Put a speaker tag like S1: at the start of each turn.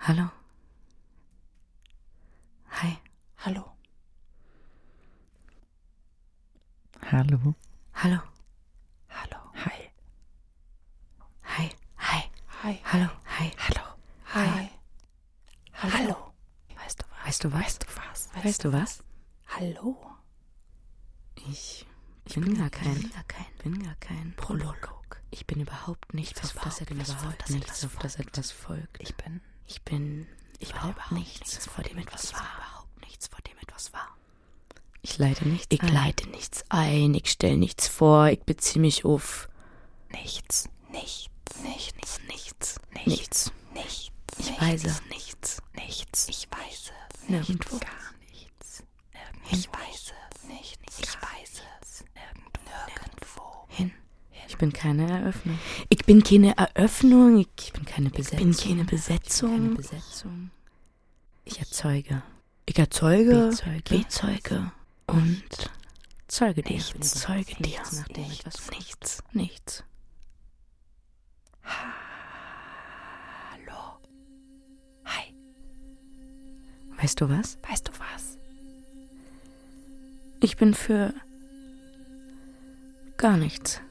S1: Hallo. Hi.
S2: Hallo.
S3: Hallo.
S1: Hallo.
S2: Hallo.
S3: Hi.
S1: Hi. Hi.
S2: Hi.
S1: Hallo. Hi.
S3: Hallo.
S2: Hi.
S1: Hallo.
S2: Weißt du was?
S1: Weißt du was?
S2: du was?
S1: Weißt du was?
S2: Hallo.
S1: Ich bin, gar kein, bin gar kein, bin gar kein Prolog. Ich bin überhaupt nichts,
S2: bin
S1: auf das
S2: überhaupt
S1: etwas,
S2: nichts, auf
S1: folgt,
S2: das
S1: nichts,
S2: etwas
S1: auf das etwas folgt.
S2: Ich bin.
S1: Ich bin ich überhaupt,
S2: überhaupt
S1: nichts,
S2: nichts,
S1: vor dem etwas war.
S2: Überhaupt nichts, vor dem etwas war.
S1: Ich leite nichts
S2: Ich
S1: ein. leite nichts ein, ich stelle nichts vor, ich beziehe mich auf
S2: Nichts. Nichts. Nichts. Nichts.
S1: nichts.
S2: Nichts.
S1: Ich weise
S2: Nichts. Nichts. Ich weiß es.
S1: Nirgendwo.
S2: Gar nichts. Nirgendwo. Ich weiß es. Nichts. Ich weiß es. Nirgendwo.
S1: hin. Ich bin keine Eröffnung. Ich bin keine Eröffnung, ich bin keine Besetzung.
S2: bin keine
S1: Ich bin keine
S2: Besetzung.
S1: Besetzung. Ich erzeuge. Ich erzeuge. Bezeuge. Und zeuge dir.
S2: Nichts.
S1: Zeuge dir.
S2: Nichts, nachdem
S1: Nichts.
S2: etwas kommt.
S1: Nichts. Nichts.
S2: Hallo. Hi.
S1: Weißt du was?
S2: Weißt du was?
S1: Ich bin für gar nichts.